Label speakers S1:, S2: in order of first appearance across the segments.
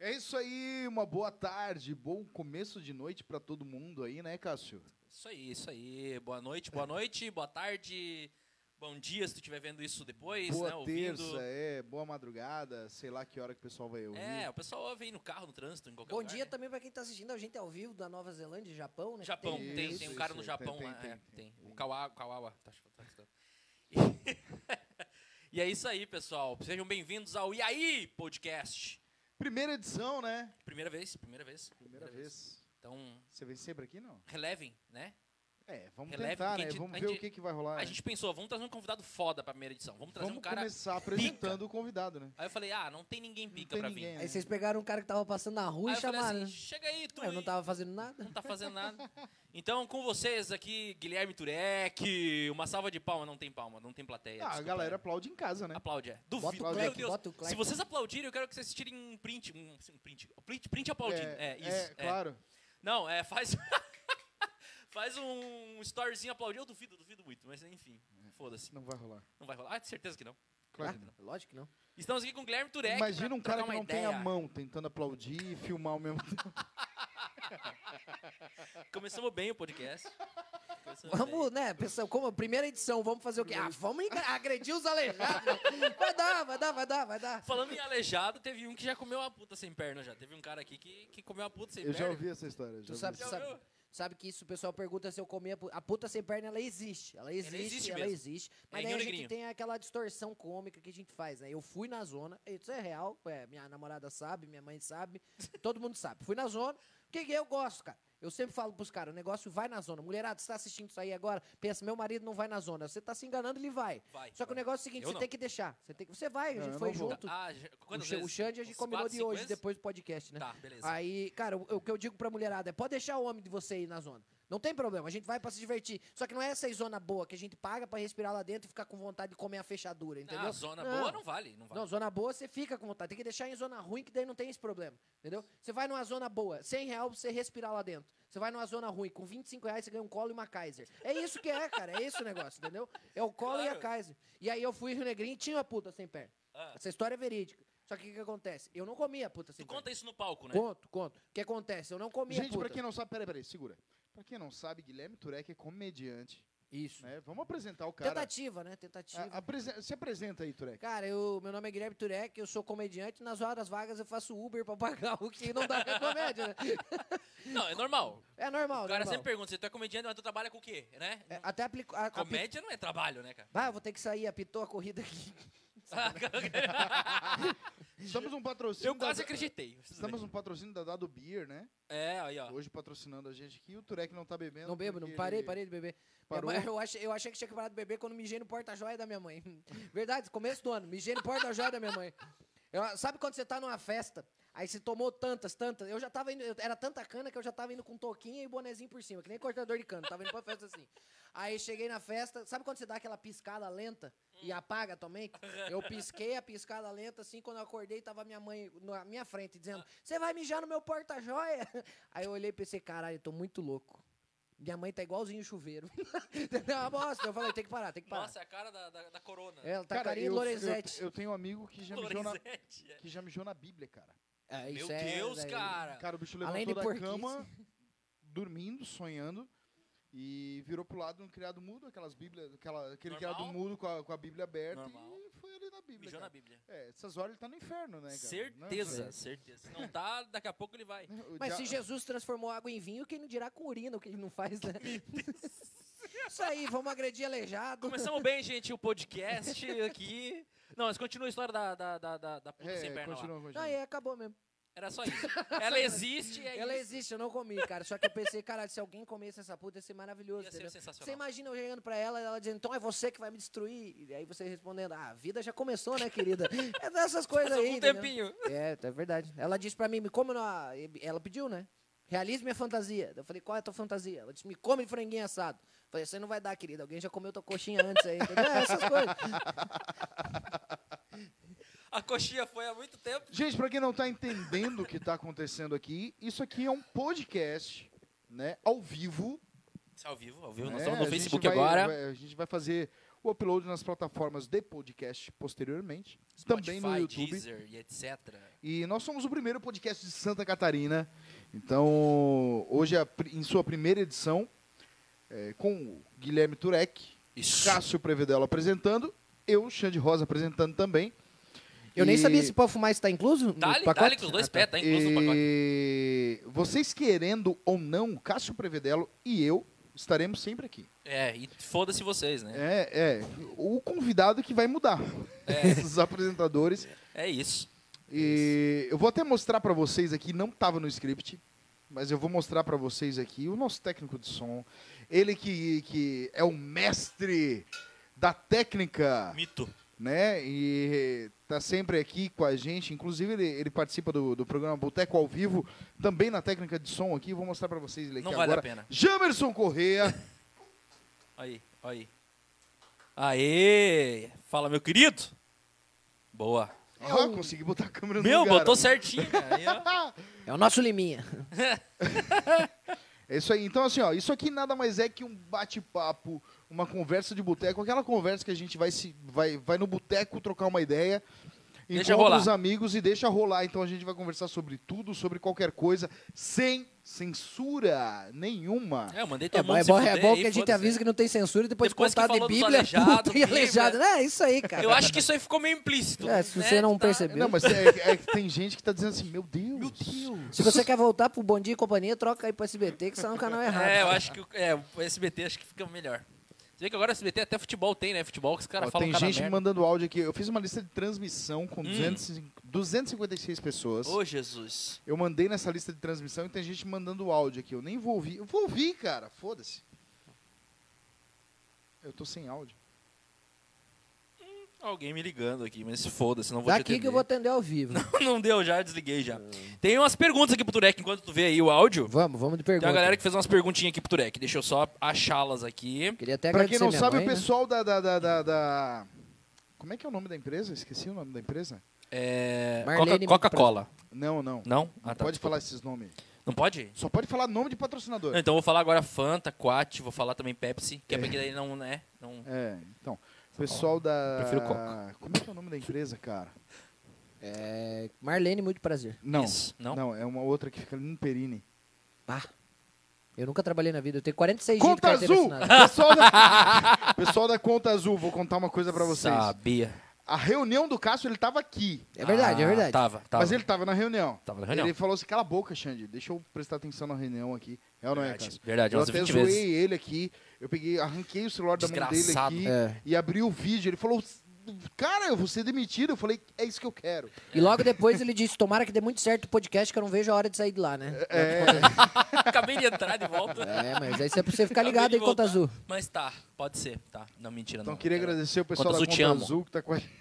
S1: É isso aí, uma boa tarde, bom começo de noite pra todo mundo aí, né, Cássio?
S2: Isso aí, isso aí. Boa noite, boa noite, boa tarde, bom dia se tu estiver vendo isso depois,
S1: boa
S2: né?
S1: terça,
S2: Ouvindo.
S1: é, boa madrugada, sei lá que hora que o pessoal vai ouvir.
S2: É, o pessoal ouve aí no carro, no trânsito, em qualquer
S3: Bom
S2: lugar.
S3: dia
S2: né?
S3: também pra quem tá assistindo a gente ao vivo da Nova Zelândia e Japão, né?
S2: Japão,
S3: Que
S2: tem,
S1: Isso,
S2: tem, um cara no
S1: isso,
S2: Japão
S1: tem,
S2: lá.
S1: tem,
S2: é,
S1: tem,
S2: tem.
S1: tem.
S2: O Kawawa, Kawawa. Tá, ach- tá achando. E é isso aí, pessoal. Sejam bem-vindos ao E aí Podcast.
S1: Primeira edição, né?
S2: Primeira vez, primeira vez.
S1: Primeira vez.
S2: Então,
S1: Você vem sempre aqui, não?
S2: relevem, né?
S1: É, vamos
S2: Releve,
S1: tentar,
S2: porque
S1: né?
S2: a gente-
S1: Vamos
S2: a
S1: ver
S2: gente-
S1: o que, que vai rolar.
S2: A
S1: né?
S2: gente pensou, vamos trazer um convidado foda pra primeira edição. Vamos trazer
S1: vamos
S2: um cara...
S1: começar apresentando o convidado, né?
S2: Aí eu falei, ah, não tem ninguém pica
S1: tem
S2: pra
S1: ninguém,
S2: vir.
S1: né?
S3: Aí vocês pegaram um cara que tava passando na rua
S2: Aí
S3: e
S2: eu falei
S3: chamaram.
S2: assim,
S3: né?
S2: chega aí, tu
S3: Ué, eu não
S2: e-
S3: tava fazendo nada.
S2: não tá fazendo nada. Então, com vocês aqui, Guilherme Turek, uma salva de palma, não tem palma, não tem plateia.
S1: Ah, a
S2: desculpa,
S1: galera
S2: né?
S1: aplaude em casa, né?
S2: aplaude, é.
S3: Bota o
S2: Duvido, meu
S3: clack,
S2: Deus.
S3: bota o Ah, clack.
S2: Se vocês aplaudirem, eu quero que vocês tirem um print, um, um print, um print, print aplaudindo. É, isso.
S1: É,
S2: é.
S1: claro.
S2: Não, é, faz faz um storyzinho aplaudindo, eu duvido, eu duvido muito, mas enfim, foda-se.
S1: Não vai rolar.
S2: Não vai rolar. Ah, certeza que não.
S1: Claro que não.
S3: Lógico que não.
S2: Estamos aqui com o Guilherme Turek.
S1: Imagina
S2: pra
S1: um cara
S2: trocar
S1: que
S2: uma
S1: não
S2: ideia. É
S1: tem a mão tentando aplaudir e filmar o mesmo tempo.
S2: Começamos bem o podcast. Começamos
S3: Vamos, né, pessoal, como a primeira edição, vamos fazer o quê? Ah, vamos engra- agredir os aleijados. né? Vai dar, vai dar, vai dar, vai dar.
S2: Falando em aleijado, teve um que já comeu uma puta sem perna já. Teve um cara aqui que, que comeu uma puta sem
S1: Eu já
S2: perna.
S1: ouvi essa história. já
S3: Tu
S1: ouvi
S3: sabe,
S1: essa-
S2: Já
S3: sabe,
S2: ouviu?
S3: sabe que isso, o pessoal pergunta se eu comer a, pu- a puta sem perna, ela existe. Ela existe, ela
S2: existe
S3: existe.
S2: mesmo.
S3: Mas
S2: É,
S3: daí
S2: Rio
S3: a gente
S2: Negrinho.
S3: tem aquela distorção cômica que a gente faz, né? Eu fui na zona, isso é real, é, minha namorada sabe, minha mãe sabe, todo mundo sabe. Fui na zona, o que que eu gosto, cara? Eu sempre falo pros caras, o negócio vai na zona. Mulherada, você tá assistindo isso aí agora? Pensa, meu marido não vai na zona. Você tá se enganando, ele vai.
S2: Vai,
S3: Só que
S2: vai.
S3: o negócio é o seguinte,
S2: Eu
S3: você
S2: não.
S3: tem que deixar. Você, tem que, você vai,
S1: Não,
S3: a
S1: eu
S3: gente foi
S1: não vou.
S3: junto.
S2: Ah, já-
S3: O,
S2: quantas
S3: Xan- o
S2: vezes?
S3: Xande a gente
S2: Uns
S3: combinou
S2: quatro,
S3: de
S2: cinco
S3: hoje,
S2: vezes?
S3: depois do podcast, né?
S2: Tá, beleza.
S3: Aí, cara, o, o que eu digo pra mulherada é: pode deixar o homem de você ir na zona. Não tem problema, a gente vai pra se divertir. Só que não é essa zona boa que a gente paga pra respirar lá dentro e ficar com vontade de comer a fechadura, entendeu?
S2: Ah, zona boa não vale, não vale.
S3: Não, zona boa você fica com vontade. Tem que deixar em zona ruim, que daí não tem esse problema. Entendeu? Você vai numa zona boa, 100 reais pra você respirar lá dentro. Você vai numa zona ruim, com 25 reais você ganha um colo e uma Kaiser. É isso que é, cara. É esse o negócio, entendeu? É o colo e a
S2: Claro.
S3: Kaiser. E aí eu fui em Rio Negrinho e tinha uma puta sem perna.
S2: Ah.
S3: Essa história é verídica. Só que o que, que acontece? Eu não comia puta sem
S2: Tu
S3: perna.
S2: conta isso no palco, né?
S3: Conto, conto. O que acontece? Eu não comia
S1: Gente,
S3: puta.
S1: pra quem não sabe, peraí, peraí, segura. Pra quem não sabe, Guilherme Turek é comediante.
S3: Isso.
S1: né? Vamos apresentar o cara. É,
S3: Tentativa, né? Tentativa.
S1: A- apresen- Se apresenta aí, Turek.
S3: Cara, eu, meu nome é Guilherme Turek, eu sou comediante. Nas horas vagas eu faço Uber pra pagar o que não dá com a comédia, né?
S2: Não, é normal.
S3: É normal,
S2: O cara
S3: normal.
S2: sempre pergunta, você tu é comediante, mas tu trabalha com o quê, né?
S3: É, até aplico... a- apito-
S2: Comédia não é trabalho, né, cara?
S3: Ah, vou ter que sair, apitou a corrida aqui.
S1: Estamos um patrocínio.
S2: Eu quase
S1: da-
S2: acreditei.
S1: Estamos
S3: né?
S1: um patrocínio da Dado Beer, né?
S2: É, aí, ó.
S1: Hoje patrocinando a gente aqui. O Turek não tá bebendo.
S3: Ah. Não bebo, não
S1: porque
S3: parei,
S1: ele-
S3: parei de beber.
S1: Parou.
S3: Minha mãe- É, eu, achei, eu achei que tinha que parar de beber quando mijei no porta-joia da minha mãe. Verdade, começo do ano, mijei no porta-joia da minha mãe. Eu- sabe quando você tá numa festa, aí você tomou tantas, tantas. Eu já tava indo, eu- era tanta cana que eu já tava indo com toquinha e bonezinho por cima, que nem cortador de cano, tava indo pra festa assim. Aí cheguei na festa, sabe quando você dá aquela piscada lenta e apaga também? Eu pisquei a piscada lenta assim, quando eu acordei, tava minha mãe na minha frente dizendo: Você vai mijar no meu porta-joia? Aí eu olhei e pensei: Caralho, eu tô muito louco. Minha mãe tá igualzinho o chuveiro. Entendeu? Uma bosta. Eu falei, tem que parar, tem que parar.
S2: Nossa, é a cara da, da, da corona.
S3: Ela tá
S1: Cara,
S3: carinha
S1: eu,
S3: de Lorenzetti.
S1: eu, eu tenho um amigo que já, mijou na,
S2: Lorenzetti, é.
S1: que já mijou na Bíblia, cara.
S3: É,
S2: Meu
S3: isso é-
S2: Deus,
S3: é-
S2: cara.
S1: Cara, o bicho
S3: Além
S1: levantou da
S3: de porquice.
S1: cama, dormindo, sonhando, e virou pro lado um criado mudo, aquelas bíblias, aquela, aquele
S2: Normal.
S1: criado mudo com a, com a Bíblia aberta,
S2: Normal.
S1: e foi ali na Bíblia.
S2: Mijou
S1: cara.
S2: na Bíblia.
S1: É, essas horas ele tá no inferno, né, cara?
S2: Certeza,
S1: Não,
S2: certeza. Se não tá, daqui a pouco ele vai.
S1: o
S3: Mas
S1: dia-
S3: se Jesus transformou água em vinho, quem não dirá com urina o que ele não faz, né? isso aí, vamos agredir aleijado.
S2: Começamos bem, gente, o podcast aqui. Não, mas continua a história da, da, da, da, da puta sem
S1: É,
S2: perna lá.
S1: continua, continua.
S3: Não, e acabou mesmo.
S2: Era só isso. Ela existe, é
S3: Ela
S2: isso.
S3: existe, eu não comi, cara. Só que eu pensei, cara, se alguém comesse essa puta, ia ser maravilhoso.
S2: Ia ser
S3: entendeu?
S2: sensacional.
S3: Você imagina eu chegando pra ela e ela dizendo, então é você que vai me destruir. E aí você respondendo, ah, a vida já começou, né, querida? É dessas coisas
S2: Faz
S3: aí.
S2: algum
S3: entendeu?
S2: tempinho.
S3: É, é verdade. Ela disse pra mim, me come na. Ela pediu, né? Realize minha fantasia. Eu falei, qual é a tua fantasia? Ela disse, me come de franguinho assado. Eu falei, você não vai dar, querida. Alguém já comeu tua coxinha antes aí. entendeu? É, essas coisas.
S2: A coxinha foi há muito tempo.
S1: Gente, pra quem não tá entendendo o que tá acontecendo aqui, isso aqui é um podcast, né, ao vivo.
S2: Isso é ao vivo, ao vivo.
S1: né?
S2: Nós estamos no
S1: A gente
S2: Facebook
S1: vai-
S2: agora.
S1: vai- a gente vai fazer o upload nas plataformas de podcast posteriormente, também no
S2: Spotify,
S1: YouTube.
S2: Deezer e etc.
S1: E nós somos o primeiro podcast de Santa Catarina. Então, hoje, a pri- em sua primeira edição, é, com o Guilherme Turek,
S2: Isso.
S1: Cássio Prevedelo apresentando, eu, Xande Rosa, apresentando também.
S3: Eu nem
S1: E-
S3: sabia se pode fumar isso tá incluso no
S2: Dá-lhe
S3: pacote.
S2: dá-lhe com os dois
S3: Ah, tá.
S2: pés, tá incluso no pacote.
S1: E vocês querendo ou não, Cássio Prevedelo e eu estaremos sempre aqui.
S2: É, e foda-se vocês, né?
S1: É, é o convidado que vai mudar. Os apresentadores.
S2: É isso.
S1: E eu vou até mostrar pra vocês aqui, não tava no script, mas eu vou mostrar pra vocês aqui o nosso técnico de som. Ele que, que é o mestre da técnica,
S2: Mito.
S1: né? E tá sempre aqui com a gente. Inclusive, ele, ele participa do, do programa Boteco ao Vivo, também na técnica de som aqui. Eu Vou mostrar pra vocês ele aqui
S2: Não vale
S1: agora.
S2: a pena.
S1: Jamerson Correia.
S2: Aí, aí. Aê! Fala, meu querido. Boa.
S1: Ah, consegui botar a câmera no
S2: É Meu,
S1: lugar.
S2: botou certinho. cara. Aí, ó.
S3: É o nosso liminha.
S1: É isso aí. Então, assim, ó, isso aqui nada mais é que um bate-papo, uma conversa de boteco, aquela conversa que a gente vai se vai, vai no boteco trocar uma ideia,
S2: Deixa
S1: encontra
S2: rolar.
S1: os amigos e deixa rolar. Então a gente vai conversar sobre tudo, sobre qualquer coisa, sem censura nenhuma.
S2: É, eu mandei todo
S3: É bom,
S2: mundo
S3: é
S2: se
S3: bom,
S2: fuder
S3: é bom
S2: aí,
S3: que a gente
S2: foda-se.
S3: avisa que não tem censura e depois, de
S2: Depois que
S3: contar de
S2: falou dos
S3: Bíblia,
S2: aleijados,
S3: puta e
S2: Bíblia.
S3: aleijado. É isso aí, cara.
S2: Eu acho que isso aí ficou meio implícito.
S3: É, se
S2: né?
S3: você não
S2: Tá-
S3: percebeu.
S1: Não, mas é, é que tem gente que tá dizendo assim, meu Deus. Meu Deus.
S3: Se você quer voltar pro Bom Dia e Companhia, troca aí pro SBT, que isso é um canal errado.
S2: É, eu acho que o- é, o SBT acho que fica melhor. Você vê que agora o SBT até futebol tem, né? Futebol que os caras
S1: Ó,
S2: falam
S1: tem
S2: cada
S1: gente me
S2: merda. Hum.
S1: mandando áudio aqui. Eu fiz uma lista de transmissão com 200 256 pessoas.
S2: Ô, Jesus.
S1: Eu mandei nessa lista de transmissão e tem gente mandando áudio aqui. Eu nem vou ouvir. Eu vou ouvir, cara. Foda-se. Eu tô sem áudio.
S2: Alguém me ligando aqui, mas foda-se, não vou te
S3: Daqui que eu vou
S2: atender.
S3: atender ao vivo.
S2: Não deu já, desliguei já. Tem umas perguntas aqui pro Turek, enquanto tu vê aí o áudio.
S3: Vamos, vamos de pergunta.
S2: Tem uma galera que fez umas perguntinhas aqui pro Turek. Deixa eu só achá-las aqui.
S3: Queria até
S1: Pra quem
S3: agradecer
S1: não
S3: minha
S1: sabe,
S3: mãe,
S1: o
S3: né?
S1: pessoal da, da, da, da, da- Como é que é o nome da empresa? Esqueci o nome da empresa.
S2: É...
S3: Marlene
S2: Coca- Coca-Cola.
S1: Não, não.
S2: Não?
S1: Não
S2: Ah, tá.
S1: pode falar esses nomes.
S2: Não pode?
S1: Só pode falar nome de
S2: Não,
S1: patrocinador.
S2: então eu vou falar agora Fanta, Quat, vou falar também Pepsi, que é pra que daí não, né? Não...
S1: É, então. O pessoal da...
S2: Prefiro Coca.
S1: Como é que é o nome da empresa, cara?
S3: É, Marlene, muito prazer.
S1: Não.
S2: Isso, não?
S1: Não, é uma outra que fica ali no Perini.
S3: Ah, eu nunca trabalhei na vida, eu tenho 46 dias de
S1: Conta
S3: carteira
S1: Azul!
S3: assinada.
S1: Pessoal da... pessoal da Conta Azul, vou contar uma coisa pra vocês.
S2: Sabia.
S1: A reunião do Cássio, ele tava aqui.
S3: É verdade, é
S2: Ah,
S3: verdade.
S2: Tava, tava.
S1: Mas ele tava na reunião.
S2: Tava na reunião.
S1: Ele falou assim, cala a boca, Xande. Deixa eu prestar atenção na reunião aqui. É ou não é,
S2: Verdade,
S1: Cássio?
S2: verdade
S1: Eu
S2: umas
S1: até
S2: 20
S1: zoei
S2: vezes.
S1: ele aqui. Eu peguei, arranquei o celular da mão dele
S2: Desgraçado.
S1: aqui
S3: É.
S1: e abri o vídeo. Ele falou, cara, eu vou ser demitido. Eu falei, é isso que eu quero.
S3: E logo depois ele disse, tomara que dê muito certo o podcast, que eu não vejo a hora de sair de lá, né?
S2: Acabei de entrar de volta.
S3: É, mas aí você precisa ficar
S2: Acabei
S3: ligado
S2: de
S3: aí,
S2: voltar.
S3: Conta Azul.
S2: Mas tá, pode ser, tá. Não, mentira,
S1: Então,
S2: não.
S1: queria
S2: Eu-
S1: agradecer o pessoal
S2: Conta Azul,
S1: da
S2: te
S1: Conta
S2: amo.
S1: Azul que tá com a gente.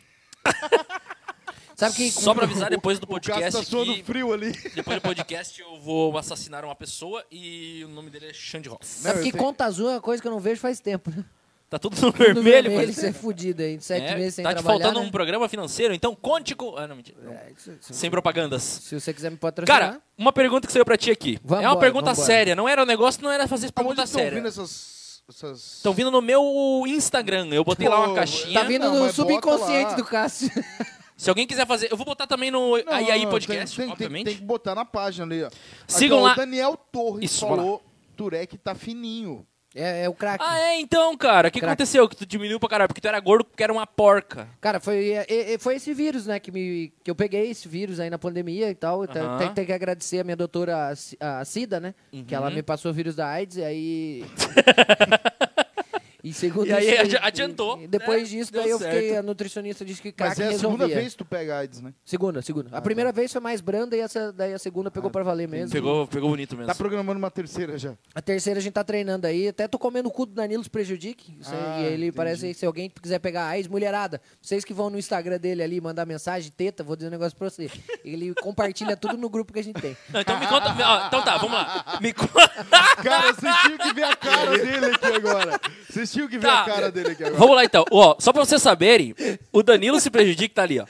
S3: Sabe que...
S2: Só pra avisar, depois do
S1: O Cássio
S2: podcast,
S1: tá suando
S2: que-
S1: frio ali.
S2: depois do podcast eu vou assassinar uma pessoa e o nome dele é Xande Ross.
S3: Sabe
S1: Não, eu
S3: que
S1: tenho-
S3: Conta Azul é uma coisa que eu não vejo faz tempo. né?
S2: Tá tudo no
S3: No
S2: vermelho,
S3: vermelho,
S2: mas...
S3: você é fudido aí, sete
S2: É,
S3: meses sem
S2: tá te
S3: trabalhar,
S2: faltando
S3: né?
S2: um programa financeiro, então conte com... Ah, não, mentira. não.
S3: É, se- se-
S2: Sem propagandas.
S3: Se você quiser me patrocinar... tá
S2: Cara, uma pergunta que saiu pra ti aqui. é
S3: Vambora,
S2: uma pergunta
S3: vambora.
S2: séria. Não era um negócio, não era fazer
S1: Aonde
S2: pergunta
S1: estão ouvindo
S2: séria.
S1: essas... essas...
S2: Estão vindo no meu Instagram. Eu botei lá
S1: Pô,
S2: uma caixinha.
S3: Tá vindo
S1: Não,
S3: no
S1: mas bota
S3: subconsciente
S1: lá.
S3: do Cássio.
S2: Se alguém quiser fazer... Eu vou botar também no
S1: Não,
S2: Aí Aí
S1: não,
S2: Podcast,
S1: tem, tem- tem-
S2: obviamente.
S1: Tem, que botar na página ali, ó.
S2: Sigam
S1: Aqui, ó,
S2: lá.
S1: O Daniel Torres
S2: Isso, bora lá.
S1: falou, Turek tá fininho.
S3: É, é o craque.
S2: Ah, é, então, cara. O que
S3: Crack.
S2: aconteceu? Que tu diminuiu pra caralho. Porque tu era gordo porque era uma porca.
S3: Cara, foi, é, é, foi esse vírus, né, que, me, que eu peguei esse vírus aí na pandemia e tal. Tem-
S2: Aham.
S3: Tem, tem que agradecer a minha doutora, a Ci- a Cida, né, que ela
S2: Uhum.
S3: me passou o vírus da AIDS e aí... e segundo
S2: E aí
S3: isso,
S2: adi- adiantou,
S3: e depois
S2: né?
S3: disso,
S2: Deu
S3: daí eu fiquei,
S2: certo.
S3: a nutricionista disse que
S1: Mas
S3: crack
S1: é a segunda
S3: resolvia.
S1: vez tá. que tu pega AIDS, né?
S3: Segunda, segunda. a primeira vez foi mais branda e essa, daí a segunda pegou
S1: Ah,
S3: pra valer mesmo.
S2: Pegou, pegou bonito mesmo.
S1: Tá programando uma terceira já.
S3: A terceira a gente tá treinando aí. Até tô comendo o cu do Danilo Prejudique. Isso aí,
S1: Ah,
S3: e ele
S1: entendi.
S3: parece que se alguém quiser pegar AIDS, mulherada, vocês que vão no Instagram dele ali mandar mensagem, teta, vou dizer um negócio pra você. Ele compartilha tudo no grupo que a gente tem.
S2: Não, então
S1: Ah,
S2: me conta... ó, então tá, vamos lá. Me conta...
S1: Cara, vocês tinham que ver a cara dele aqui agora. Vocês tinham que ver
S2: Tá.
S1: a cara dele aqui agora.
S2: Vamos lá então. Ó, só pra vocês saberem, o Danilo se prejudica tá ali, ó.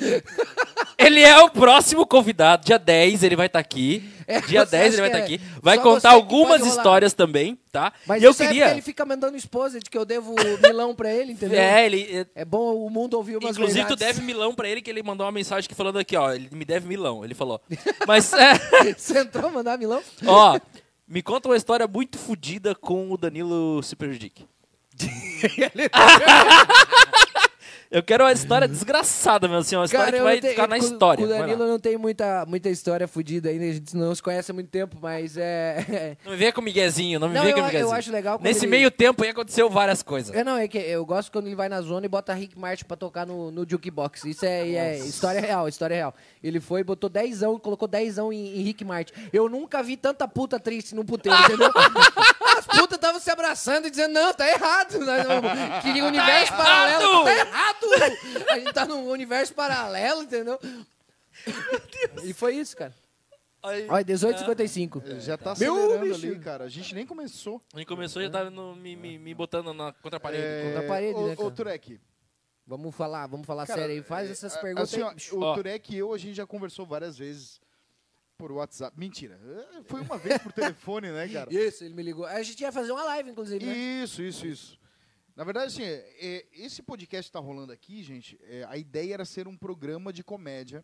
S2: Ele é o próximo convidado. Dia 10 ele vai estar aqui.
S3: É,
S2: Dia
S3: você
S2: 10 ele
S3: acha
S2: vai
S3: que
S2: estar
S3: é?
S2: aqui. Vai
S3: Só
S2: contar
S3: você que
S2: algumas
S3: pode rolar.
S2: histórias também, tá?
S3: Mas
S2: e eu
S3: isso é porque
S2: queria.
S3: ele fica mandando esposa de que eu devo milão pra ele, entendeu?
S2: É, ele.
S3: É bom o mundo ouvir umas
S2: Inclusive, tu
S3: verdades.
S2: deve milão pra ele, que ele mandou uma mensagem que falando aqui, ó. Ele me deve milão, ele falou. Mas, é,
S3: Você entrou a mandar milão?
S2: ó, me conta uma história muito fodida com o Danilo Superdick. eu quero uma história desgraçada, meu assim, uma história
S3: eu
S2: que
S3: não
S2: vai
S3: tenho-
S2: ficar na
S3: com-
S2: história.
S3: Com o
S2: Vai lá.
S3: Danilo eu não tem muita, muita história fodida ainda, a gente não se conhece há muito tempo, mas é.
S2: Não me venha com o Miguezinho, não me
S3: Não,
S2: venha
S3: eu-
S2: com o
S3: eu
S2: Miguezinho.
S3: acho legal quando
S2: Nesse
S3: ele-
S2: meio tempo aí aconteceu várias coisas.
S3: É, não, é que eu gosto quando ele vai na zona e bota Rick Martin pra tocar no, no jukebox. Isso é, é história real, história real. Ele foi, botou dezão, colocou dezão em, em Rick Martin. Eu nunca vi tanta puta triste num puteiro, entendeu? As putas estavam se abraçando e dizendo, não, tá errado. nós não- Que
S1: Tá
S3: universo
S2: errado!
S3: paralelo. Tá errado! A gente tá num universo paralelo, entendeu? E foi isso, cara.
S2: Aí,
S3: Olha,
S1: é.
S3: 18h55.
S1: Já tá
S3: Meu
S1: acelerando
S3: bicho.
S1: ali, cara. A gente nem começou.
S2: Ele começou e já tava no- me, me- me botando na contra-parede.
S1: É,
S3: contra a parede,
S1: ô-
S3: né,
S1: Ô,
S3: cara?
S1: Turek.
S3: Vamos falar, vamos falar
S1: cara,
S3: sério aí. Faz
S1: é,
S3: essas
S1: a-
S3: perguntas
S1: assim,
S3: aí,
S1: ó,
S3: bicho.
S1: O
S2: Ó.
S1: Turek e eu, a gente já conversou várias vezes por WhatsApp. Mentira. É, Foi uma vez por telefone, né, cara?
S3: Isso, ele me ligou. A gente ia fazer uma live, inclusive, né?
S1: Isso, isso, isso. Na verdade, assim, é, é, esse podcast que tá rolando aqui, gente, é, a ideia era ser um programa de comédia.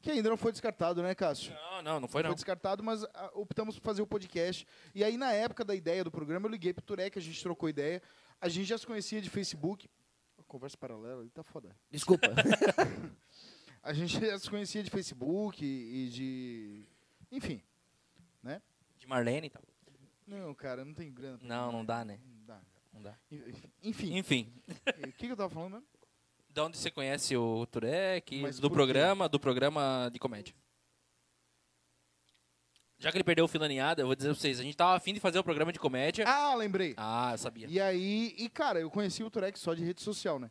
S1: Que ainda não foi descartado, né, Cássio?
S2: Não, não, não foi
S1: Foi
S2: não.
S1: descartado, mas ah, optamos por fazer o podcast. E aí, na época da ideia do programa, eu liguei pro Turek, a gente trocou ideia. A gente já se conhecia de Facebook. Conversa paralela, ele tá foda.
S3: Desculpa.
S1: A gente já se conhecia de Facebook e e de. Enfim.
S2: De Marlene e tal.
S1: Não, cara, não tem grana. pra
S2: Não, não dá, né?
S1: Não dá.
S2: Não dá.
S1: Enfim,
S2: Enfim,
S1: o que, que eu tava falando mesmo?
S2: da onde você conhece o Turek?
S1: Mas
S2: do
S1: por quê?
S2: programa, do programa de comédia. Já que ele perdeu o filaneada, eu vou dizer pra vocês, a gente tava afim de fazer o programa de comédia.
S1: Ah, lembrei.
S2: Ah, eu sabia.
S1: E aí, e cara, eu conheci o Turek só de rede social, né?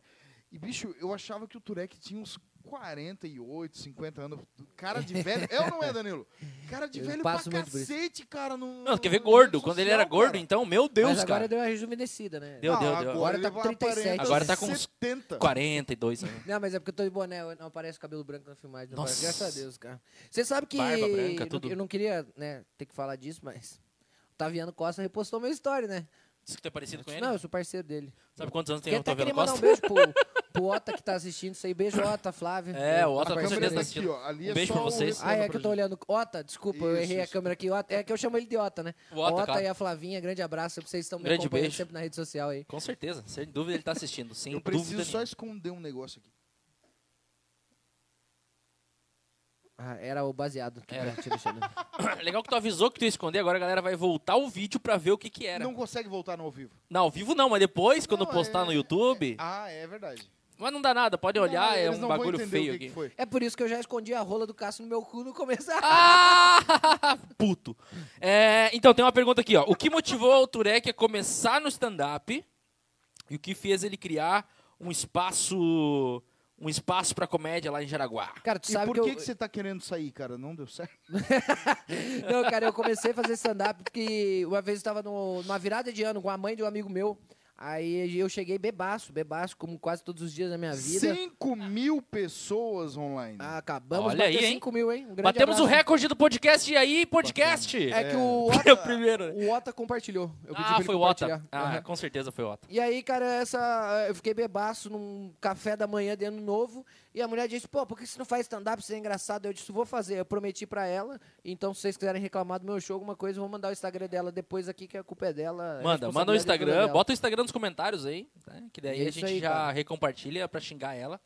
S1: E bicho, eu achava que o Turek tinha uns 48, 50 anos. Cara de velho. É ou não é, Danilo? Cara de
S3: Eu
S1: velho
S3: passo
S1: pra
S3: muito por isso.
S1: cacete, cara. No,
S2: Não, tu quer ver
S1: na
S2: gordo.
S1: rede
S2: Quando ele
S1: social,
S2: era gordo,
S1: cara. é Ah,
S2: então, meu
S3: Mas
S2: Deus,
S3: agora
S2: cara.
S3: deu uma rejuvenescida, né?
S2: Deu, deu, deu.
S3: Agora
S1: ele
S3: tá
S1: vai
S3: 37.
S1: aparenta
S2: Agora tá com uns
S1: 70.
S2: 42 anos.
S3: Não, mas é porque eu tô de boné, eu- não aparece cabelo branco na filmagem. não
S2: Nossa.
S3: aparece. Graças a Deus, cara. Você sabe que.
S2: Barba branca,
S3: eu não-
S2: tudo.
S3: Eu não queria, né, ter que falar disso, mas. O Taviano Costa repostou minha história, né?
S2: Isso que tu é parecido com ele?
S3: Não, eu sou parceiro dele.
S2: Sabe quantos anos tem
S3: Quem
S2: o
S3: até
S2: Taviano
S3: queria mandar um
S2: Costa?
S3: beijo pro, pro Ota que tá assistindo isso aí. Beijo, Ota, Flávio.
S2: É, o Ota
S1: A
S2: com
S1: câmera
S2: certeza
S1: tá
S2: tá
S1: aqui, ó. Ali
S2: Um
S1: é
S2: beijo
S1: só
S2: pra
S1: o
S2: vocês.
S1: retorno
S3: Ah, é
S1: pra
S3: que eu tô
S1: gente.
S3: olhando. Ota, desculpa, eu
S1: Isso,
S3: errei a
S1: isso.
S3: câmera aqui. Ota, é que eu chamo ele de Ota, né?
S2: O Ota, claro.
S3: e a Flavinha, grande abraço. Vocês estão me
S2: Grande
S3: acompanhando
S2: beijo.
S3: sempre na rede social aí.
S2: Com certeza, sem dúvida ele tá assistindo. Sem
S1: Eu
S2: dúvida
S1: preciso só
S2: nenhuma.
S1: esconder um negócio aqui.
S3: Ah, era o baseado. Que
S2: Era.
S3: eu tinha deixado.
S2: Legal que tu avisou que tu ia esconder, agora a galera vai voltar o vídeo pra ver o que que era.
S1: Não
S2: Não,
S1: consegue voltar no ao vivo.
S2: ao vivo não, mas depois, quando
S1: Não,
S2: postar
S1: é-
S2: no YouTube...
S1: Ah, é verdade.
S2: Mas não dá nada, pode olhar,
S1: Não,
S2: é
S1: eles
S2: um
S1: não vão
S2: bagulho
S1: entender o que
S2: feio aqui.
S1: que foi.
S3: É por isso que eu já escondi a rola do Cássio no meu cu no começo. Ah,
S2: Ah, puto. É, então, tem uma pergunta aqui, ó. O que motivou o Turek a começar no stand-up e o que fez ele criar um espaço um espaço pra comédia lá em Jaraguá?
S3: Cara, tu
S1: e
S3: sabe
S1: por
S3: que,
S1: que,
S3: eu...
S1: que você tá querendo sair, cara? Não deu certo?
S3: Não, cara, eu comecei a fazer stand-up porque uma vez eu tava no- numa virada de ano com a mãe de um amigo meu. Aí eu cheguei bebaço, bebaço, como quase todos os dias da minha vida. Ah,
S1: 5 mil pessoas online.
S2: Olha
S3: Acabamos de bater
S2: aí, hein?
S3: 5 mil, hein? Um grande
S2: Batemos o
S3: abraço.
S2: recorde do podcast, e aí, podcast?
S3: É que o
S2: É o
S3: Ota,
S2: primeiro. né?
S3: o Ota compartilhou. Eu pedi pra
S2: Ah,
S3: ele
S2: foi o Ota.
S3: compartilhar.
S2: Ah,
S3: Aham.
S2: com certeza foi o Ota.
S3: E aí, cara, essa, eh, eu fiquei bebaço num café da manhã de ano novo. E a mulher disse: pô, por que você não faz stand-up? Você é engraçado. Eu disse: vou fazer. Eu prometi pra ela. Então, se vocês quiserem reclamar do meu show, alguma coisa, eu vou mandar o Instagram dela depois aqui, que a culpa é dela. é
S2: Manda, manda o
S3: responsabilidade toda
S2: Instagram,
S3: dela.
S2: bota o Instagram nos comentários aí, tá? que daí
S3: É
S2: a
S3: isso
S2: gente
S3: aí,
S2: já
S3: cara.
S2: recompartilha pra xingar ela.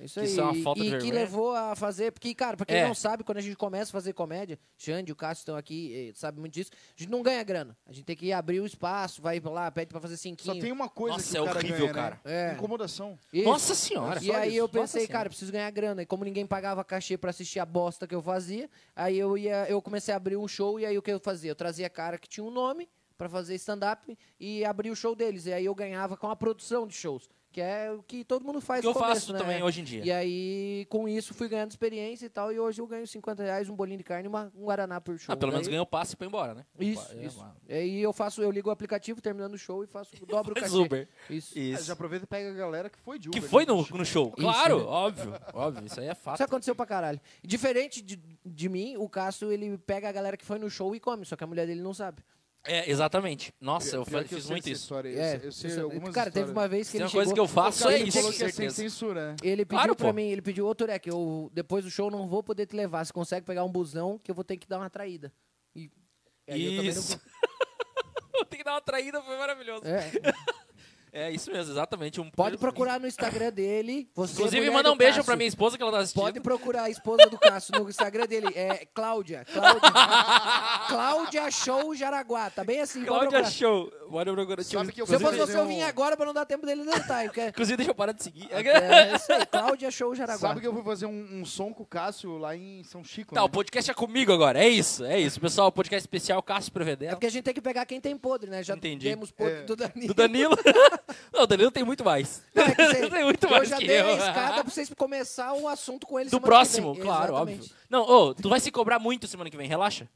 S3: Isso
S2: que
S3: aí.
S2: isso é uma falta
S3: e
S2: de
S3: que
S2: vergonha.
S3: levou a fazer. Porque, cara, pra quem
S2: É.
S3: não sabe, quando a gente começa a fazer comédia, Xande, o Cássio estão aqui, eh, sabe muito disso, a gente não ganha grana. A gente tem que abrir o espaço, vai lá, pede pra fazer
S1: Só
S3: cinquinho.
S1: tem um uma coisa
S2: Nossa,
S1: que
S2: é
S1: o cara
S2: horrível,
S1: ganha, né?
S2: cara.
S3: É.
S1: Incomodação.
S3: Isso.
S2: Nossa senhora!
S3: E aí eu pensei,
S2: Nossa
S3: cara, eu preciso ganhar grana. E como ninguém pagava cachê pra assistir a bosta que eu fazia, aí eu ia, eu comecei a abrir um show e aí o que eu fazia? Eu trazia cara que tinha um nome pra fazer stand-up e abrir o show deles. E aí eu ganhava com a produção de shows, que é o que todo mundo faz
S2: que eu
S3: no começo,
S2: faço
S3: né?
S2: também hoje em
S3: E
S2: dia.
S3: aí, com isso, fui ganhando experiência e tal. E hoje eu ganho 50 reais, um bolinho de carne e uma- um guaraná por show.
S2: Ah, pelo menos
S3: Daí-
S2: ganha o passe pra ir embora, né?
S3: Isso,
S2: É,
S3: isso.
S2: mano.
S3: E aí eu faço, eu ligo o aplicativo, terminando o show e faço, dobro o
S2: Faz
S3: cachê.
S2: Uber.
S3: Isso.
S1: Ah, Já aproveita e pega a galera que foi de
S2: Que
S1: Uber,
S2: foi
S1: né?
S2: no, no show. Claro,
S3: né?
S2: óbvio, óbvio. Isso aí é
S3: Isso
S2: fato.
S3: aconteceu pra caralho. Diferente de, de mim, o Cássio, ele pega a galera que foi no show e come, só que a mulher dele não sabe.
S2: É, exatamente. Nossa, eu
S1: Pior
S2: fa-
S1: que
S2: fiz
S1: sei
S2: muito
S1: essa
S2: isso.
S1: História, eu,
S3: É,
S1: sei- eu sei
S3: isso-
S1: algumas
S3: Cara, teve uma
S1: histórias.
S3: vez que
S2: Tem
S3: ele
S2: uma coisa
S3: chegou...
S2: que eu faço
S1: O
S2: é
S1: cara
S3: ele
S2: isso,
S1: falou
S2: com
S1: que é sem
S2: certeza.
S1: censura, né?
S3: Ele pediu
S2: Claro,
S3: pra
S2: pô.
S3: mim, ele pediu, ô Turek, eu, depois do show não vou poder te levar. Você consegue pegar um busão que eu vou ter que dar uma traída. E, e aí eu também não-
S2: Isso. Tem que dar uma traída, foi maravilhoso. É,
S3: É,
S2: isso mesmo, exatamente. Um
S3: pode procurar no Instagram dele. Você,
S2: Inclusive,
S3: mulher
S2: manda
S3: do
S2: um beijo
S3: Cássio.
S2: pra minha esposa que ela tá assistindo.
S3: Pode procurar a esposa do Cássio no Instagram dele. É Cláudia. Cláudia, Cláudia Show Jaraguá. Tá bem assim? pode
S2: Cláudia
S3: procurar.
S2: Show. Bora procurar.
S1: Sabe
S2: Tio-
S1: que eu
S3: Se eu fosse
S1: Inclusive,
S2: um
S3: você, eu
S1: eu-
S3: vim agora pra não dar tempo dele deletar. Porque...
S2: Inclusive, deixa eu parar de seguir.
S3: É isso aí, Cláudia Show Jaraguá.
S1: Sabe que eu fui fazer um, um som com o Cássio lá em São Chico,
S2: Tá, o
S1: né?
S2: podcast é comigo agora. É isso, é isso. Pessoal, podcast especial Cássio
S3: É
S2: Prevedel.
S3: porque a gente tem que pegar quem tem podre, né? Já
S2: Entendi.
S3: demos podre
S1: É.
S3: do Danilo.
S2: Do Danilo. Não, o Danilo tem muito mais.
S3: Não, é que você-
S2: tem muito
S3: eu
S2: mais
S3: já
S2: que
S3: dei
S2: eu.
S3: a escada pra vocês começar o assunto com ele
S2: Do
S3: semana
S2: próximo,
S3: que vem.
S2: claro,
S3: Exatamente.
S2: óbvio. Não, ô, tu vai se cobrar muito semana que vem, relaxa.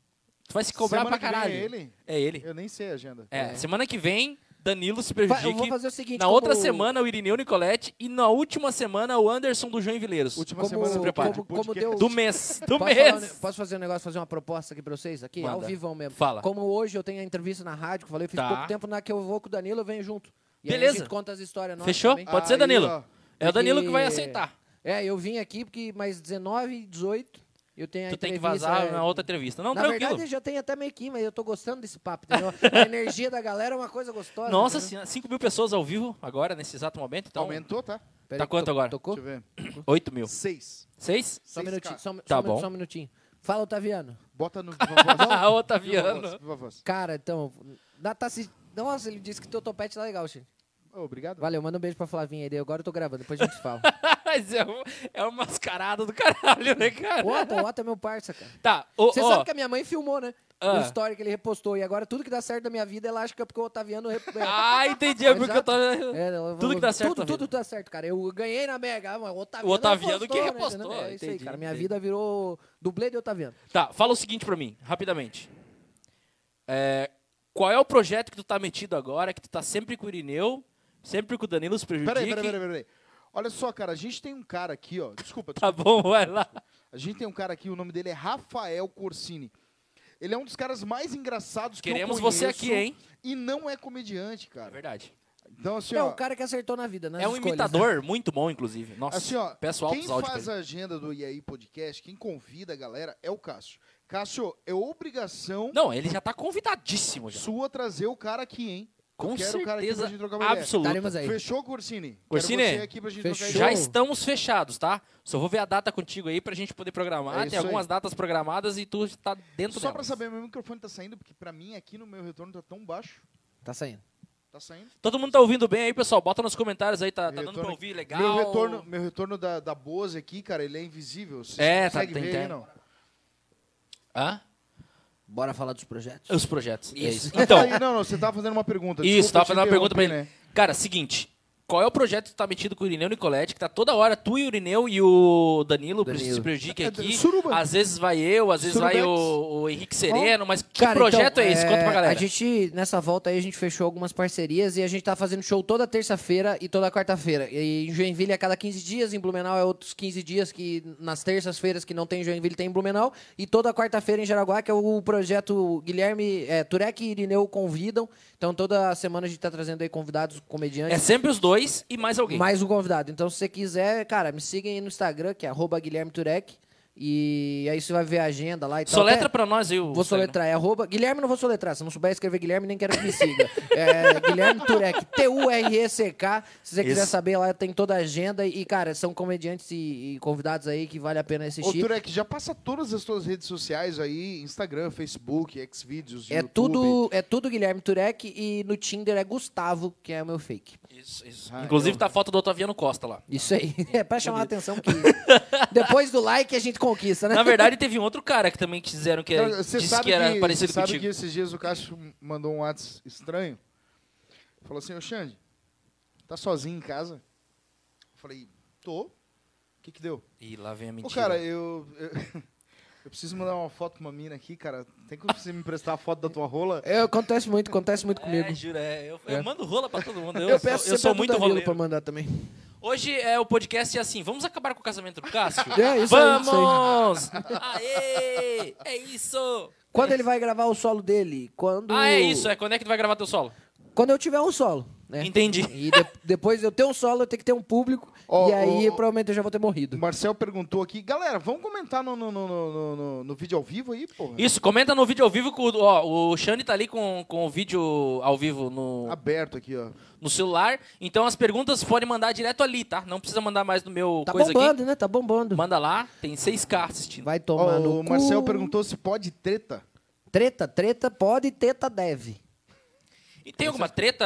S2: Tu vai se cobrar
S1: Semana
S2: pra
S1: que vem
S2: caralho.
S1: é ele?
S2: É ele.
S1: Eu nem sei a agenda.
S2: É, semana que vem, Danilo se
S3: Vai, eu
S2: prejudique.
S3: vou fazer o seguinte.
S2: na
S3: como-
S2: outra semana, o Irineu Nicoletti. E na última semana, o Anderson do Joinvileiros.
S1: Última
S3: como,
S1: semana
S2: se
S1: do
S2: prepare.
S3: Como, como
S1: podcast.
S3: deu,
S2: Do mês. Do
S3: posso, falar um
S2: mês.
S3: ne- posso fazer um negócio, fazer uma proposta aqui pra vocês? Aqui, ao
S2: Manda.
S3: vivo mesmo.
S2: Fala.
S3: Como hoje eu tenho a entrevista na rádio, que eu falei, eu fiz
S2: Tá.
S3: pouco tempo na que eu vou com o Danilo, eu venho junto. E aí
S2: Beleza.
S3: a gente conta as histórias nossas
S2: Fechou?
S3: também.
S2: Pode ser,
S1: Aí,
S2: Danilo.
S1: ó,
S2: É o Danilo que vai
S3: Porque-
S2: aceitar.
S3: É, eu vim aqui porque mais 19 e 18 eu tenho a
S2: Tu tem que
S3: entrevista,
S2: vazar
S3: é,
S2: na outra entrevista. Não,
S3: Na
S2: tranquilo.
S3: verdade, é eu já tenho até meio que, mas eu tô gostando desse papo, entendeu? a energia da galera é uma coisa gostosa.
S2: Nossa
S3: entendeu?
S2: senhora, 5 mil pessoas ao vivo agora, nesse exato momento. Então,
S1: Aumentou, tá?
S3: Peraí,
S2: Tá quanto
S3: to-
S2: agora?
S3: Tocou?
S1: Deixa eu ver.
S2: 8 mil.
S1: Seis.
S2: 6?
S3: Só um
S1: Seis
S3: minutinho,
S1: K.
S3: só, um- só
S2: Tá
S3: um minu-
S2: bom.
S3: só um minutinho. Fala, Otaviano.
S1: Bota no... viva voz.
S2: Ah,
S1: Viva
S2: Otaviano.
S1: voz, viva voz.
S3: Cara, então. dá- tá se- Nossa, ele disse que teu topete tá legal, Chico.
S1: Ô, Obrigado.
S3: Valeu, manda um beijo pra Flavinha aí, daí agora eu tô gravando, depois a gente fala.
S2: Mas é um, é um mascarado do caralho, né, cara?
S3: o Ota, o Ota é meu parça, cara.
S2: Tá, ô,
S3: Você
S2: ô,
S3: sabe que a minha mãe filmou, né?
S2: Ah.
S3: O story que ele repostou. E agora tudo que dá certo na minha vida, ela acha que é porque o Otaviano. Rep...
S2: Ah, entendi, é porque eu tô...
S3: É, não,
S2: Tudo que dá certo
S3: Tudo,
S2: na vida.
S3: tudo dá certo, cara. Eu ganhei na Mega. ah, mas O Otaviano,
S2: O Otaviano que
S3: né,
S2: repostou,
S3: entendeu? é isso aí,
S2: entendi,
S3: cara. Minha
S2: entendi.
S3: vida virou dublê de Otaviano.
S2: Tá, fala o seguinte pra mim, rapidamente. É, qual é o projeto que tu tá metido agora, que tu tá sempre com o Irineu, sempre com o Danilo se prejudique?
S1: Peraí, peraí, peraí, peraí. Olha só, cara, a gente tem um cara aqui, ó. Desculpa,
S2: Tá bom, vai lá.
S1: A gente tem um cara aqui, o nome dele é Rafael Corsini. Ele é um dos caras mais engraçados
S2: Queremos
S1: que eu conheço.
S2: você aqui, hein?
S1: E não é comediante,
S2: É
S1: cara.
S2: verdade.
S1: Então, assim,
S3: É
S1: ó.
S3: o cara que acertou na vida, né?
S2: é um imitador muito bom, inclusive. Nossa,
S1: Assim, ó,
S2: peço altos
S1: quem
S2: áudios pra
S1: faz a agenda do IAI Podcast, quem convida a galera é o Cássio. Cássio, é obrigação
S2: ele. Não, ele já tá convidadíssimo já.
S1: sua trazer o cara aqui, hein? Eu
S2: Com
S1: quero o cara aqui pra
S2: certeza
S1: gente trocar uma ideia.
S2: absoluta.
S3: Estaremos aí.
S1: Fechou, Corsini?
S2: Corsini,
S1: Quero você aqui pra gente trocar
S3: fechou.
S1: ideia.
S2: Já estamos fechados, tá? Só vou ver a data contigo aí pra gente poder programar.
S1: É
S2: Tem
S1: isso
S2: algumas
S1: aí.
S2: datas programadas e tu tá dentro
S1: Só
S2: delas.
S1: pra saber, meu microfone tá saindo, porque pra mim aqui no meu retorno tá tão baixo.
S3: Tá saindo.
S1: Tá saindo.
S2: Todo mundo tá ouvindo bem aí, pessoal? Bota nos comentários aí, tá, tá
S1: Meu
S2: dando pra
S1: retorno-
S2: ouvir, legal.
S1: Meu retorno, meu retorno da, da Bose aqui, cara, ele é invisível. Vocês
S2: É,
S1: não
S2: tá-
S1: conseguem
S2: tem-
S1: ver
S2: tem.
S1: aí, não.
S2: Hã?
S3: Bora falar dos projetos?
S2: Os projetos. É
S3: Isso.
S2: isso. Então,
S1: Aí, não, não, você tava fazendo uma pergunta.
S2: isso,
S1: desculpa
S2: tava
S1: te
S2: fazendo uma pergunta pra ele.
S1: interromper, né?
S2: Cara, seguinte. Qual é o projeto que tu tá metido com o Irineu Nicoletti, que tá toda hora tu e o Irineu e o Danilo,
S3: Danilo.
S2: se prejudiquem
S1: É,
S2: aqui.
S1: Suruba.
S2: Às vezes vai eu, às vezes vai
S1: Surubex.
S2: o, o Henrique Sereno, mas que
S3: Cara,
S2: projeto
S3: então,
S2: é esse? Conta pra galera.
S3: A gente, nessa volta aí, a gente fechou algumas parcerias e a gente tá fazendo show toda terça-feira e toda quarta-feira. E em Joinville é cada 15 dias, em Blumenau é outros 15 dias que nas terças-feiras que não tem em Joinville tem em Blumenau. E toda quarta-feira em Jaraguá, que é o projeto Guilherme é, Turek e Irineu convidam. Então toda semana a gente tá trazendo aí convidados, comediantes.
S2: É sempre os dois e mais alguém.
S3: Mais um convidado. Então, se você quiser, cara, me sigam aí no Instagram, que é arroba Guilherme Turek. E aí você vai ver a agenda lá e tal.
S2: Soletra
S3: Até-
S2: pra nós aí o
S3: Vou
S2: Instagram.
S3: soletrar, é arroba. Guilherme não vou soletrar. Se não souber escrever Guilherme, nem quero que me siga. É Guilherme Turek, T-U-R-E-C-K. Se você quiser
S2: Isso.
S3: saber, lá tem toda a agenda. E, cara, são comediantes e, e convidados aí que vale a
S1: né?
S3: pena
S1: Ô,
S3: assistir.
S1: Turek, já passa todas as tuas redes sociais aí, Instagram, Facebook, Xvideos,
S3: É
S1: YouTube.
S3: tudo, é tudo Guilherme Turek e no Tinder é Gustavo, que é o meu fake.
S2: Isso, isso.
S1: Ah,
S2: Inclusive
S1: eu-
S2: tá a foto do Otaviano Costa lá.
S3: Isso aí. É pra chamar a atenção que depois do like a gente conquista, né?
S2: Na verdade, teve um outro cara que também que fizeram que é-
S3: Então,
S1: Cara, Você
S2: disse
S1: sabe,
S2: que era
S1: que,
S2: parecido
S1: você sabe
S2: contigo.
S1: que esses dias o Cássio mandou um WhatsApp estranho. Falou assim, ô Xande, tá sozinho em casa? Eu falei, tô. O que que deu?
S2: Ih, lá vem a
S1: Ô,
S2: mentira.
S1: cara, eu, eu... eu preciso mandar uma foto pra uma mina aqui, cara. Tem como você me emprestar a foto da tua rola?
S3: É, acontece muito, acontece muito comigo.
S2: É, juro, é. Eu, eu
S3: É.
S2: mando rola pra todo mundo. Eu,
S3: eu,
S2: sou,
S3: peço
S2: eu
S3: sempre
S2: sou
S3: pro
S2: muito
S3: Danilo
S2: roleiro.
S3: pra mandar também.
S2: Hoje é o podcast é assim, vamos acabar com o casamento do Cássio?
S3: É, isso aí, isso aí.
S2: vamos! Aê! É isso!
S3: Quando ele vai gravar o solo dele? Quando
S2: Ah, é isso, é quando é que tu vai gravar teu solo?
S3: Quando eu tiver um solo, né?
S2: Entendi.
S3: E de- depois eu ter um solo, eu tenho que ter um público.
S1: Ó,
S3: e aí,
S1: ó, ó.
S3: provavelmente, eu já vou ter
S1: O
S3: morrido.
S1: Marcel perguntou aqui. Galera, vamos comentar no, no, no, no, no- no vídeo ao vivo aí, porra?
S2: Isso, comenta no vídeo ao vivo. Com, o- ó, o Xande tá ali com, com o vídeo ao vivo no,
S1: Aberto aqui, ó.
S2: no celular. Então as perguntas podem mandar direto ali, tá? Não precisa mandar mais no meu
S3: Tá
S2: coisa
S3: bombando, né? Tá bombando.
S2: aqui. Manda lá, tem 6K assistindo.
S3: Vai
S1: Ó,
S3: tomar no
S1: o Marcel
S3: cu.
S1: perguntou se pode treta.
S3: Treta, treta pode, teta deve.
S2: E tem alguma treta,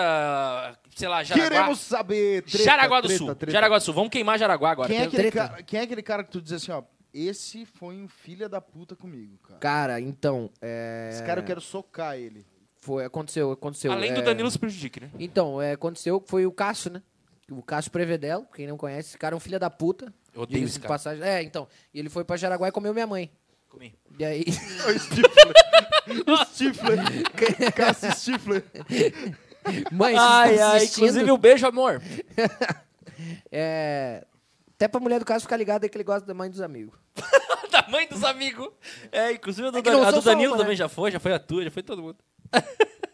S2: sei lá, Jaraguá?
S1: Queremos saber. Treta,
S2: Jaraguá do
S1: treta,
S2: Sul.
S1: treta.
S2: Jaraguá do Sul. Vamos queimar Jaraguá agora.
S1: Quem é,
S2: Tem-
S1: aquele
S3: treta.
S1: cara, quem é aquele cara que tu diz assim, ó, esse foi um filho da puta comigo, cara.
S3: Cara, então, é...
S1: Esse cara eu quero socar ele.
S3: Foi, aconteceu, aconteceu.
S2: Além do
S3: é,
S2: Danilo se prejudique, né?
S3: Então, é, aconteceu que foi o Cássio, né? O Cássio Prevedel, quem não conhece, esse cara é um filho da puta.
S2: Eu odeio
S3: Diga-se
S2: esse
S3: de
S2: cara.
S3: Passagem. É, então. E ele foi pra Jaraguá e comeu minha mãe.
S2: Comi.
S3: E aí.
S1: Stifler. Cassi Stifler.
S3: mãe, se
S2: Ai,
S3: tá
S2: ai,
S3: assistindo,
S2: inclusive um beijo, amor.
S3: É. Até pra mulher do Cássio ficar ligada aí que ele gosta da mãe dos amigos.
S2: da mãe dos amigos. É, inclusive a do,
S3: É que não
S2: Dan- a
S3: sou
S2: do
S3: só
S2: Danilo
S3: uma, né?
S2: também já foi, já foi a tua, já foi todo mundo.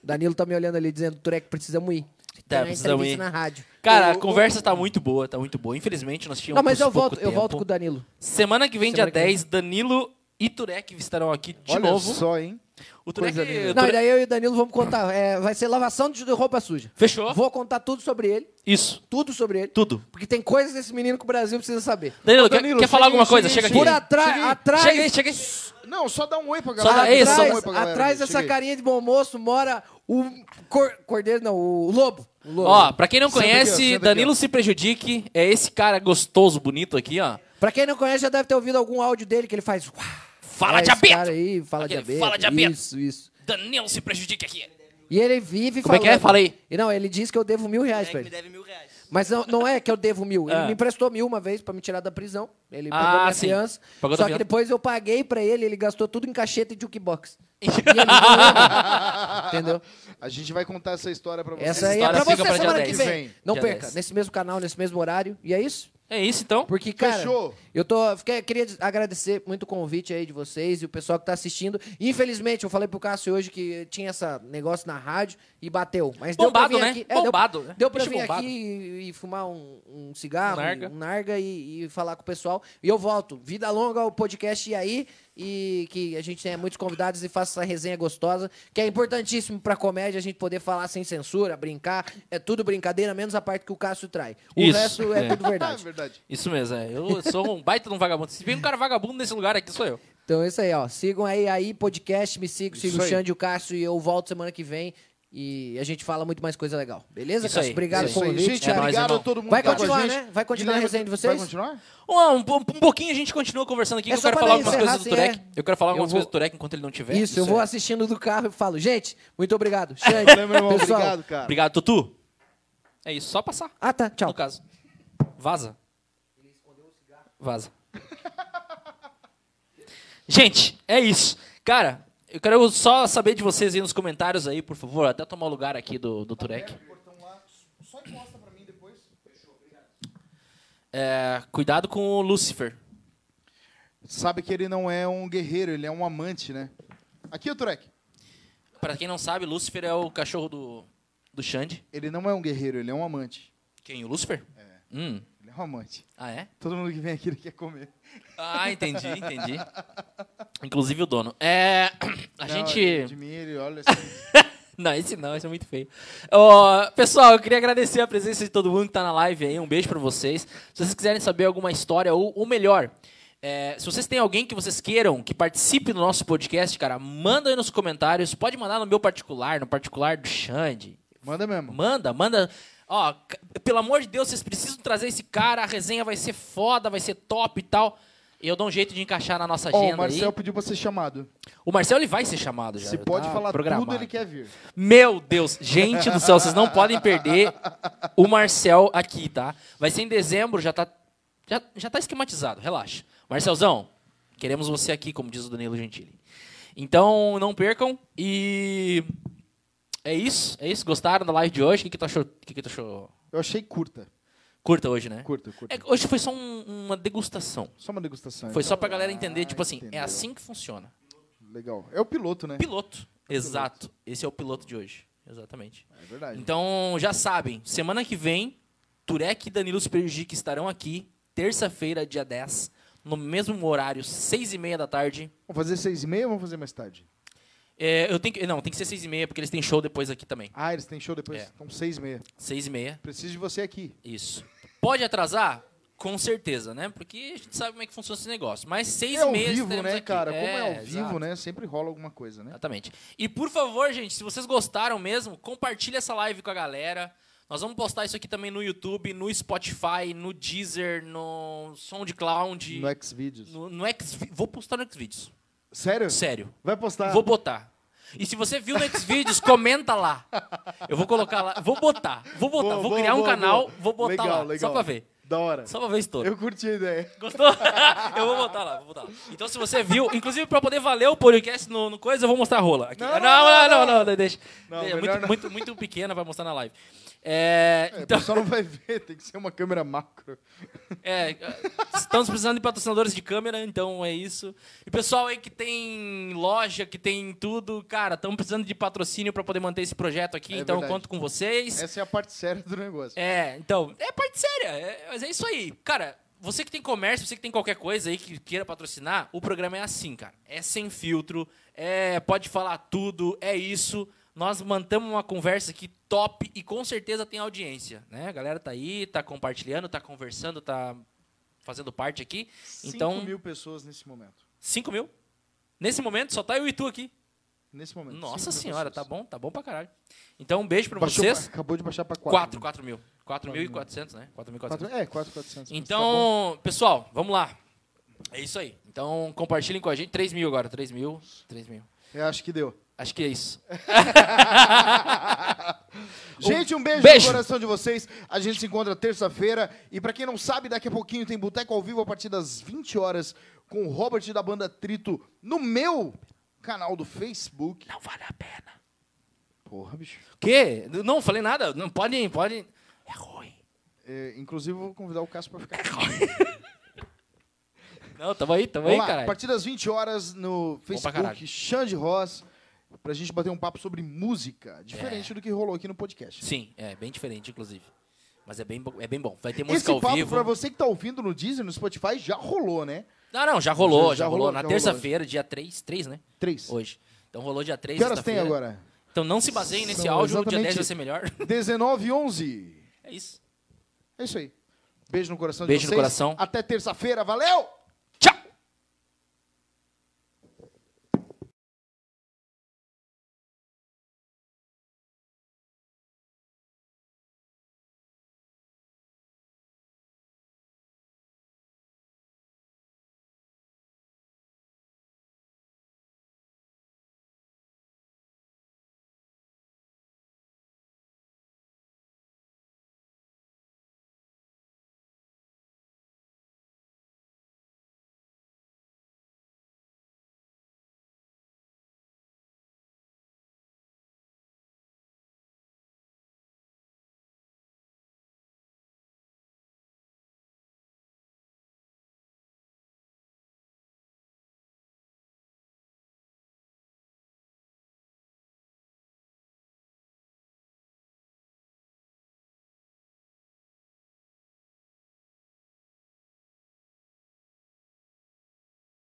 S3: Danilo tá me olhando ali dizendo, Turek, precisamos ir. Tem uma
S2: precisamos
S3: entrevista
S2: Tá, ir.
S3: na rádio.
S2: Cara,
S1: Ô,
S2: a conversa tá muito boa, tá muito boa. Infelizmente, nós tínhamos
S3: Não, mas eu
S2: um pouco
S3: volto, eu
S2: tempo.
S3: volto com o Danilo.
S2: Semana que vem,
S3: Semana que
S2: dia 10, Danilo e Turek estarão aqui de
S1: Olha
S2: novo.
S1: só, hein?
S2: O Turek,
S1: coisa linda.
S2: o
S3: Não, e
S2: Turek-
S3: daí eu e o Danilo vamos contar. é, vai ser lavação de de roupa suja.
S2: Fechou?
S3: Vou contar tudo sobre ele.
S2: Isso,
S3: Tudo sobre ele.
S2: tudo.
S3: Porque tem coisas desse menino que o Brasil precisa saber.
S2: Danilo,
S1: Ô,
S2: quer-
S1: Danilo,
S2: quer,
S1: chega
S2: falar
S1: aí,
S2: alguma coisa?
S1: chega
S2: Chega
S1: aí,
S2: aqui.
S3: Por
S1: Cheguei,
S3: atrás,
S1: cheguei.
S3: atrás,
S2: Chega aí, chega aí.
S1: Não, só dá um oi pra
S2: Só
S1: galera.
S2: dá- Ei,
S1: dá
S2: só-
S1: um
S3: atrás,
S1: oi pra galera.
S3: atrás
S1: gente.
S3: dessa
S1: Cheguei.
S3: carinha de bom moço mora o cor- cordeiro, não, o lobo. O lobo.
S2: Ó, pra quem não
S1: Senta aqui, ó,
S2: conhece,
S1: senta aqui,
S2: Danilo
S1: ó.
S2: se prejudique. É esse cara gostoso, bonito aqui, ó.
S3: Pra quem não conhece, já deve ter ouvido algum áudio dele que ele faz. "Uá".
S2: Fala
S3: É,
S2: de
S3: esse
S2: abeto!
S3: cara aí, fala de
S2: Aquele,
S3: abeto.
S2: fala de abeto.
S3: Isso, isso.
S2: Danilo se prejudique aqui.
S3: E ele vive
S2: Como é que é?
S3: falando-
S2: Fala aí.
S3: E não, ele diz que eu devo mil reais pra ele.
S4: É deve mil reais.
S3: Mas não, não é que eu devo mil. Ele
S2: Ah.
S3: me emprestou mil uma vez pra me tirar da prisão. Ele pagou
S2: Ah,
S3: minha
S2: sim.
S3: fiança.
S2: Pagou
S3: só
S2: tua
S3: que
S2: fiança.
S3: depois eu paguei pra ele, ele gastou tudo em cacheta e jukebox. E ele não- Entendeu?
S1: A gente vai contar essa história pra vocês. Ah,
S3: Essa aí é
S2: história
S3: pra você
S2: fica pra dia
S3: semana que
S2: 10.
S3: vem.
S1: Vem.
S3: Não
S2: Dia
S3: perca,
S2: 10.
S3: nesse mesmo canal, nesse mesmo horário. E é isso.
S2: É isso então.
S3: Porque, cara,
S1: Fechou.
S3: eu tô, fiquei- queria des- agradecer muito o convite aí de vocês e o pessoal que tá assistindo. Infelizmente, eu falei pro Cássio hoje que tinha esse negócio na rádio e bateu. Mas
S2: Bombado,
S3: deu pra
S2: né?
S3: vir aqui. é, deu-
S2: Bombado, né?
S3: Deu pra
S2: Bicho
S3: vir
S2: bombado.
S3: aqui e, e fumar um, um cigarro,
S2: Um
S3: um
S2: narga.
S3: narga, e, e falar com o pessoal. E eu volto. Vida longa ao podcast e aí. E que a gente tenha muitos convidados e faça essa resenha gostosa, que é importantíssimo pra comédia a gente poder falar sem censura, brincar. É tudo brincadeira, menos a parte que o Cássio trai. O
S2: Isso,
S3: resto é,
S2: é.
S3: tudo
S1: Ah, é
S3: verdade.
S1: verdade.
S2: Isso mesmo, é. Eu sou um baita de um vagabundo. Se vem um cara vagabundo nesse lugar aqui, sou eu.
S3: Então é isso aí, ó. Sigam aí, aí podcast, me sigam,
S1: Isso
S3: sigam o
S1: aí.
S3: Xande e o Cássio e eu volto semana que vem. E a gente fala muito mais coisa legal. Beleza,
S2: Isso
S3: Cássio?
S2: aí,
S3: Obrigado
S2: isso
S3: pelo
S1: Isso aí,
S3: convite.
S1: gente,
S2: é nóis,
S1: obrigado
S2: irmão.
S1: a todo mundo.
S3: Vai
S1: que tá com a
S3: continuar,
S1: gente.
S3: né? Vai continuar a
S1: Guilherme,
S3: resenha de vocês?
S1: Vai continuar?
S2: Um, um, um pouquinho a gente continua conversando aqui,
S3: É
S2: que eu
S3: só
S2: quero
S3: pra
S2: falar algumas
S3: encerrar,
S2: coisas do
S3: assim,
S2: Turek.
S3: é.
S2: Eu quero falar algumas
S3: Eu vou-
S2: coisas do Turek enquanto ele não tiver.
S3: Isso, eu vou
S2: é.
S3: assistindo do carro e falo, gente, muito obrigado. Xande,
S1: Valeu, meu irmão.
S3: pessoal.
S1: Obrigado, cara.
S2: Obrigado, Tutu. É isso, só passar,
S3: Ah, tá. Tchau.
S2: no caso. Vaza. Vaza. Gente, é isso. Cara, eu quero só saber de vocês aí nos comentários aí, por favor. Até tomar o lugar aqui do, do Turek.
S1: Portão lá. Só encosta pra mim depois. Fechou, obrigado.
S2: É, cuidado com o Lucifer.
S1: Sabe que ele não é um guerreiro, ele é um amante, né? Aqui, ô Turek.
S2: Pra quem não sabe, Lúcifer é o cachorro do, do Xande.
S1: Ele não é um guerreiro, ele é um amante.
S2: Quem? O Lúcifer?
S1: É.
S2: Hum.
S1: Ele é um amante.
S2: Ah, é?
S1: Todo mundo que vem aqui ele quer comer.
S2: Ah, entendi, entendi. Inclusive o dono. É. A
S1: Não,
S2: gente.
S1: ele admira, ele olha assim.
S2: Não, esse não, esse é muito feio. Ó, pessoal, eu queria agradecer a presença de todo mundo que tá na live aí. Um beijo pra vocês. Se vocês quiserem saber alguma história ou, ou melhor, é, se vocês têm alguém que vocês queiram que participe do nosso podcast, cara, manda aí nos comentários. Pode mandar no meu particular, no particular do Xande.
S1: Manda mesmo.
S2: Manda, manda. Ó, Ó, c- pelo amor de Deus, vocês precisam trazer esse cara, a resenha vai ser foda, vai ser top e tal. E eu dou um jeito de encaixar na nossa
S1: Ó,
S2: agenda
S1: o Marcel
S2: aí.
S1: pediu pra ser chamado.
S2: O Marcel, ele vai ser chamado já.
S1: Se
S2: já
S1: pode
S2: tá
S1: falar tudo,
S2: programado.
S1: ele quer vir.
S2: Meu Deus, gente do céu, vocês não podem perder o Marcel aqui, tá? Vai ser em dezembro, já tá, já, já tá esquematizado, relaxa. Marcelzão, queremos você aqui, como diz o Danilo Gentili. Então, não percam e. É isso, é isso. Gostaram da live de hoje? O que, que tu achou? O que, que tu achou?
S1: Eu achei curta.
S2: Curta hoje, né?
S1: Curta, curta. É,
S2: É, hoje foi só um- uma degustação.
S1: Só uma degustação. então.
S2: Foi só pra galera entender, tipo assim, é
S1: entendeu.
S2: assim que funciona.
S1: Legal. ah, É o piloto, né?
S2: Piloto. Exato. Esse é o piloto de hoje. Exatamente.
S1: É verdade.
S2: Então, já sabem, semana que vem, Turek e Danilo Supergic estarão aqui, terça-feira, dia 10, no mesmo horário, 6 e meia da tarde.
S1: Vamos fazer seis e meia ou vamos fazer mais tarde?
S2: É, eu tenho que, não, tem que ser 6 e meia, porque eles têm show depois aqui também.
S1: Ah, eles têm show depois.
S2: É.
S1: Então seis e meia.
S2: 6 e meia,
S1: Preciso de você aqui.
S2: isso. Pode atrasar? Com certeza, né? Porque a gente sabe como é que funciona esse negócio. Mas 6
S1: é
S2: e
S1: ao
S2: meia
S1: vivo,
S2: estaremos
S1: né,
S2: aqui.
S1: cara? Como é ao vivo,
S2: exato.
S1: né? Sempre rola alguma coisa, né?
S2: Exatamente. E por favor, gente, se vocês gostaram mesmo, compartilha essa live com a galera. Nós vamos postar isso aqui também no YouTube, no Spotify, no Deezer, no SoundCloud,
S1: No Xvideos.
S2: no, no X. Vou postar no Xvideos.
S1: Sério?
S2: Sério.
S1: Vai postar.
S2: Vou botar. E se você viu no Xvideos, comenta lá. Eu vou colocar lá. Vou botar. Vou botar.
S1: Boa,
S2: vou
S1: boa,
S2: criar um
S1: boa,
S2: canal,
S1: boa.
S2: vou botar
S1: Legal,
S2: lá.
S1: legal.
S2: Só pra ver.
S1: Da hora.
S2: Só pra ver estouro.
S1: Eu curti a ideia.
S2: Gostou? eu vou botar lá, vou botar lá. Então, se você viu, inclusive pra poder valer o podcast no, no coisa, eu vou mostrar a rola. aqui.
S1: Não,
S2: Ah,
S1: não,
S2: não,
S1: não,
S2: não, não, deixa.
S1: Não,
S2: Deixa,
S1: melhor
S2: muito,
S1: não.
S2: muito, muito pequena pra mostrar na live. É,
S1: É,
S2: então,
S1: O pessoal não vai ver, tem que ser uma câmera macro.
S2: é, estamos precisando de patrocinadores de câmera, então é isso. E pessoal aí que tem loja, que tem tudo, cara, estamos precisando de patrocínio pra poder manter esse projeto aqui,
S1: É
S2: então eu
S1: verdade.
S2: conto com vocês.
S1: Essa é a parte séria do negócio.
S2: É, então, é parte séria, é- mas é isso aí. Cara, você que tem comércio, você que tem qualquer coisa aí que queira patrocinar, o programa é assim, cara. É sem filtro, é pode falar tudo, é isso. Nós mantemos uma conversa aqui top e com certeza tem audiência, né? A galera tá aí, tá compartilhando, tá conversando, tá fazendo parte aqui.
S1: Cinco
S2: então-
S1: mil pessoas nesse momento.
S2: 5 mil? Nesse momento só tá eu e tu aqui.
S1: Nesse momento.
S2: Nossa
S1: cinco mil
S2: senhora, tá
S1: pessoas.
S2: bom, tá bom pra caralho. Então, um beijo pra
S1: Baixou
S2: vocês.
S1: pra- acabou de baixar pra
S2: 4,
S1: quatro.
S2: 4 mil. 4.400, né? 4.400.
S1: Quatro- É, 4,400.
S2: Então, pessoal, vamos lá. É isso aí. Então, compartilhem com a gente. 3 mil agora, 3 mil. 3 mil.
S1: Eu acho que deu.
S2: Acho que é isso.
S1: Gente, um beijo,
S2: Beijo.
S1: no coração de vocês. A gente se encontra terça-feira. E pra quem não sabe, daqui a pouquinho tem Boteco ao Vivo a partir das 20 horas com o Robert da banda Trito no meu canal do Facebook.
S2: Não vale a pena.
S1: Porra, bicho.
S2: O quê? Não, falei nada. Não podem, podem. É ruim.
S1: É, inclusive, eu vou convidar o Cássio pra ficar aqui.
S2: Não, tamo aí, tamo
S1: Vamos
S2: aí,
S1: lá, a
S2: caralho.
S1: partir das 20 horas no
S2: caralho.
S1: Facebook, Xande Ross, pra gente bater um papo sobre música, diferente
S2: É.
S1: do que rolou aqui no podcast.
S2: Sim, é bem diferente, inclusive. Mas é bem, bo- é bem bom. Vai ter
S1: Esse
S2: música
S1: papo,
S2: ao vivo.
S1: pra você que tá ouvindo no Deezer, no Spotify, já rolou, né?
S2: Não, não, já
S1: Já-
S2: rolou, já,
S1: já
S2: rolou.
S1: rolou,
S2: Na
S1: já rolou
S2: terça-feira, dia 3, 3, né?
S1: Três.
S2: Hoje. Então rolou dia 3,
S1: que horas tem
S2: sexta-feira.
S1: agora?
S2: Então não se baseiem nesse
S1: São
S2: áudio, o dia
S1: exatamente-
S2: 10 vai ser melhor.
S1: 19 11.
S2: É isso.
S1: É isso aí. Beijo no coração
S2: Beijo
S1: de
S2: no
S1: vocês.
S2: coração.
S1: Até terça-feira. Valeu!